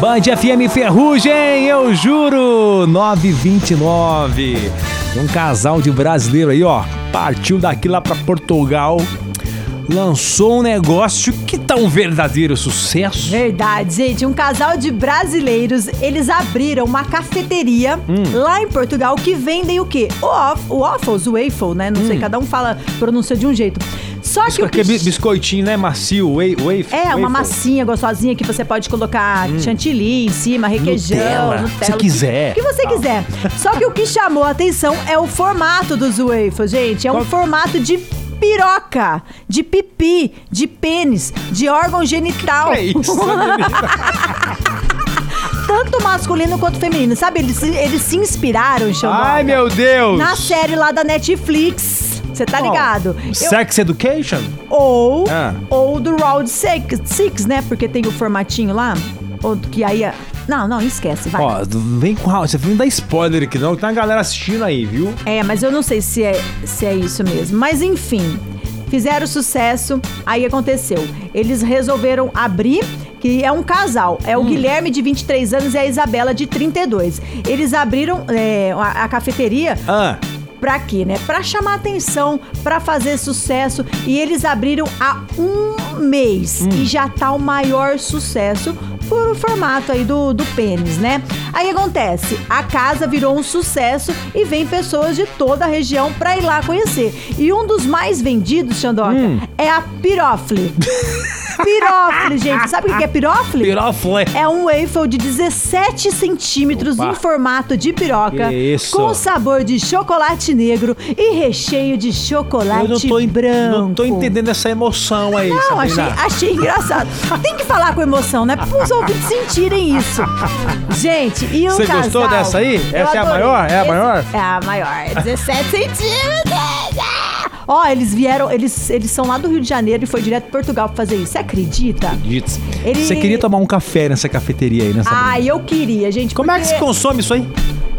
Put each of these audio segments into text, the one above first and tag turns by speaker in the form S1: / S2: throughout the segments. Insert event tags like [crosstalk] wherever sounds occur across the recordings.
S1: Band FM Ferrugem, eu juro, 929. Um casal de brasileiro aí, ó, partiu daqui lá pra Portugal, lançou um negócio que tá um verdadeiro
S2: É,
S1: sucesso.
S2: Verdade, gente. Um casal de brasileiros, eles abriram uma cafeteria
S1: Hum.
S2: lá em Portugal que vendem o quê? O, of, o waffles, o waffle, né? Não
S1: Hum.
S2: sei, cada um fala, pronuncia de um jeito. Só que o
S1: Aquele
S2: que...
S1: é bi- biscoitinho, né, macio, wave, wave.
S2: É, uma massinha gostosinha que você pode colocar chantilly em cima, requeijão,
S1: Hum. Nutella,
S2: Nutella.
S1: se quiser.
S2: O que você quiser. Só que o que chamou a atenção é o formato dos waffles, gente. É um
S1: Qual-
S2: formato de piroca, de pipi, de pênis, de órgão genital.
S1: É
S2: [laughs]
S1: isso,
S2: Tanto masculino quanto feminino. Sabe, eles, se- eles se inspiraram, chamou.
S1: Ai, meu Deus.
S2: Na série lá da Netflix. Você tá ligado? Eu-
S1: Sex Education?
S2: ou,
S1: Ah.
S2: ou do Round six, six, né? Porque tem o formatinho lá. Ou que aí. é- Não, não, esquece, vai.
S1: Ó, vem com House, você não dá spoiler aqui não, que tem uma galera assistindo aí, viu?
S2: É, mas eu não sei se é, se é isso mesmo. Mas enfim, fizeram sucesso, aí aconteceu. Eles resolveram abrir, que é um casal. É o
S1: Hum.
S2: Guilherme, de 23 anos, e a Isabela, de 32. Eles abriram é, a, a cafeteria
S1: Ah,
S2: pra quê, né? Pra chamar atenção, pra fazer sucesso. E eles abriram há um mês e já tá o maior sucesso por o formato aí do, do pênis, né? Aí acontece, a casa virou um sucesso e vem pessoas de toda a região pra ir lá conhecer. E um dos mais vendidos, Xandoca, é a pirofle. pirofle, gente. Sabe o que que é pirofle?
S1: pirofle.
S2: É um waffle de 17 centímetros
S1: Opa.
S2: em formato de piroca,
S1: Que isso?
S2: com sabor de chocolate negro e recheio de chocolate
S1: Eu não tô, en-
S2: branco.
S1: não tô entendendo essa emoção aí,
S2: Não, achei,
S1: Sabrina.
S2: achei engraçado. Tem que falar com emoção, né? Para
S1: [laughs]
S2: os ouvintes sentirem isso. Gente, e um
S1: Você
S2: casal...
S1: gostou dessa aí? Essa
S2: Eu
S1: é a
S2: adorei.
S1: maior? É a
S2: Esse-
S1: maior?
S2: É a maior. 17 centímetros! Ah! Ó, eles vieram... Eles, eles são lá do Rio de Janeiro e foi direto para Portugal pra fazer isso. Você acredita?
S1: Dits.
S2: Ele-
S1: Você queria tomar um café nessa cafeteria aí, né, Sabrina?
S2: Ai, eu queria, gente.
S1: Como é que
S2: porque-
S1: se consome isso aí?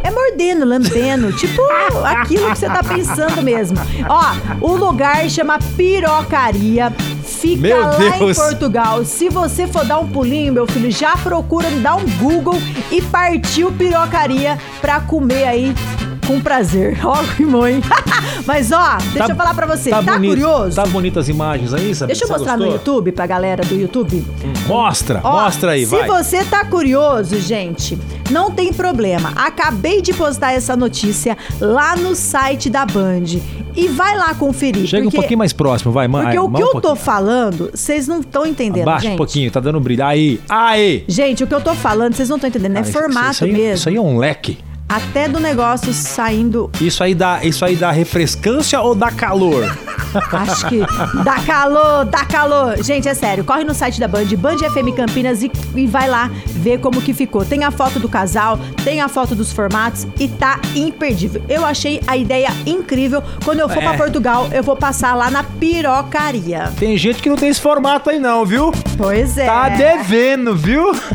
S2: É mordendo,
S1: [laughs]
S2: lambendo, tipo aquilo que você tá pensando mesmo. Ó, o lugar chama Pirocaria. Fica
S1: Meu
S2: lá
S1: Deus.
S2: em Portugal. Se você for dar um pulinho, meu filho, já procura dá um Google e partiu Pirocaria pra comer aí com prazer. [laughs] Ó, que mãe. Mas ó, deixa
S1: Tá-
S2: eu falar pra você. Tá,
S1: bonito-
S2: curioso?
S1: Tá bonitas as imagens aí, Sabrina?
S2: Deixa eu
S1: Você
S2: mostrar no
S1: gostou?
S2: YouTube pra galera do YouTube.
S1: Mostra,
S2: Ó,
S1: mostra aí,
S2: se
S1: vai.
S2: você tá curioso, gente, não tem problema. Acabei de postar essa notícia lá no site da Band. E vai lá conferir.
S1: Chega
S2: porque,
S1: um pouquinho mais próximo, vai, mano.
S2: Porque o que
S1: mão um
S2: eu tô
S1: pouquinho.
S2: falando, vocês não estão entendendo,
S1: Abaixa
S2: gente.
S1: um pouquinho, tá dando brilho. Aí, aí.
S2: Gente, o que eu tô falando, vocês não estão entendendo. é
S1: Aí,
S2: formato
S1: Ah, isso aí-
S2: mesmo.
S1: Isso aí é um leque.
S2: Até do negócio saindo,
S1: Isso aí dá, isso aí dá refrescância ou dá calor?
S2: acho que dá calor, dá calor. Gente, é sério, corre no site da Band, Band FM Campinas e, e vai lá ver como que ficou. Tem a foto do casal, tem a foto dos formatos e tá imperdível. Eu achei a ideia incrível. Quando eu for pra
S1: É.
S2: Portugal, eu vou passar lá na pirocaria.
S1: Tem gente que não tem esse formato aí não, viu?
S2: Pois é.
S1: Tá devendo, viu?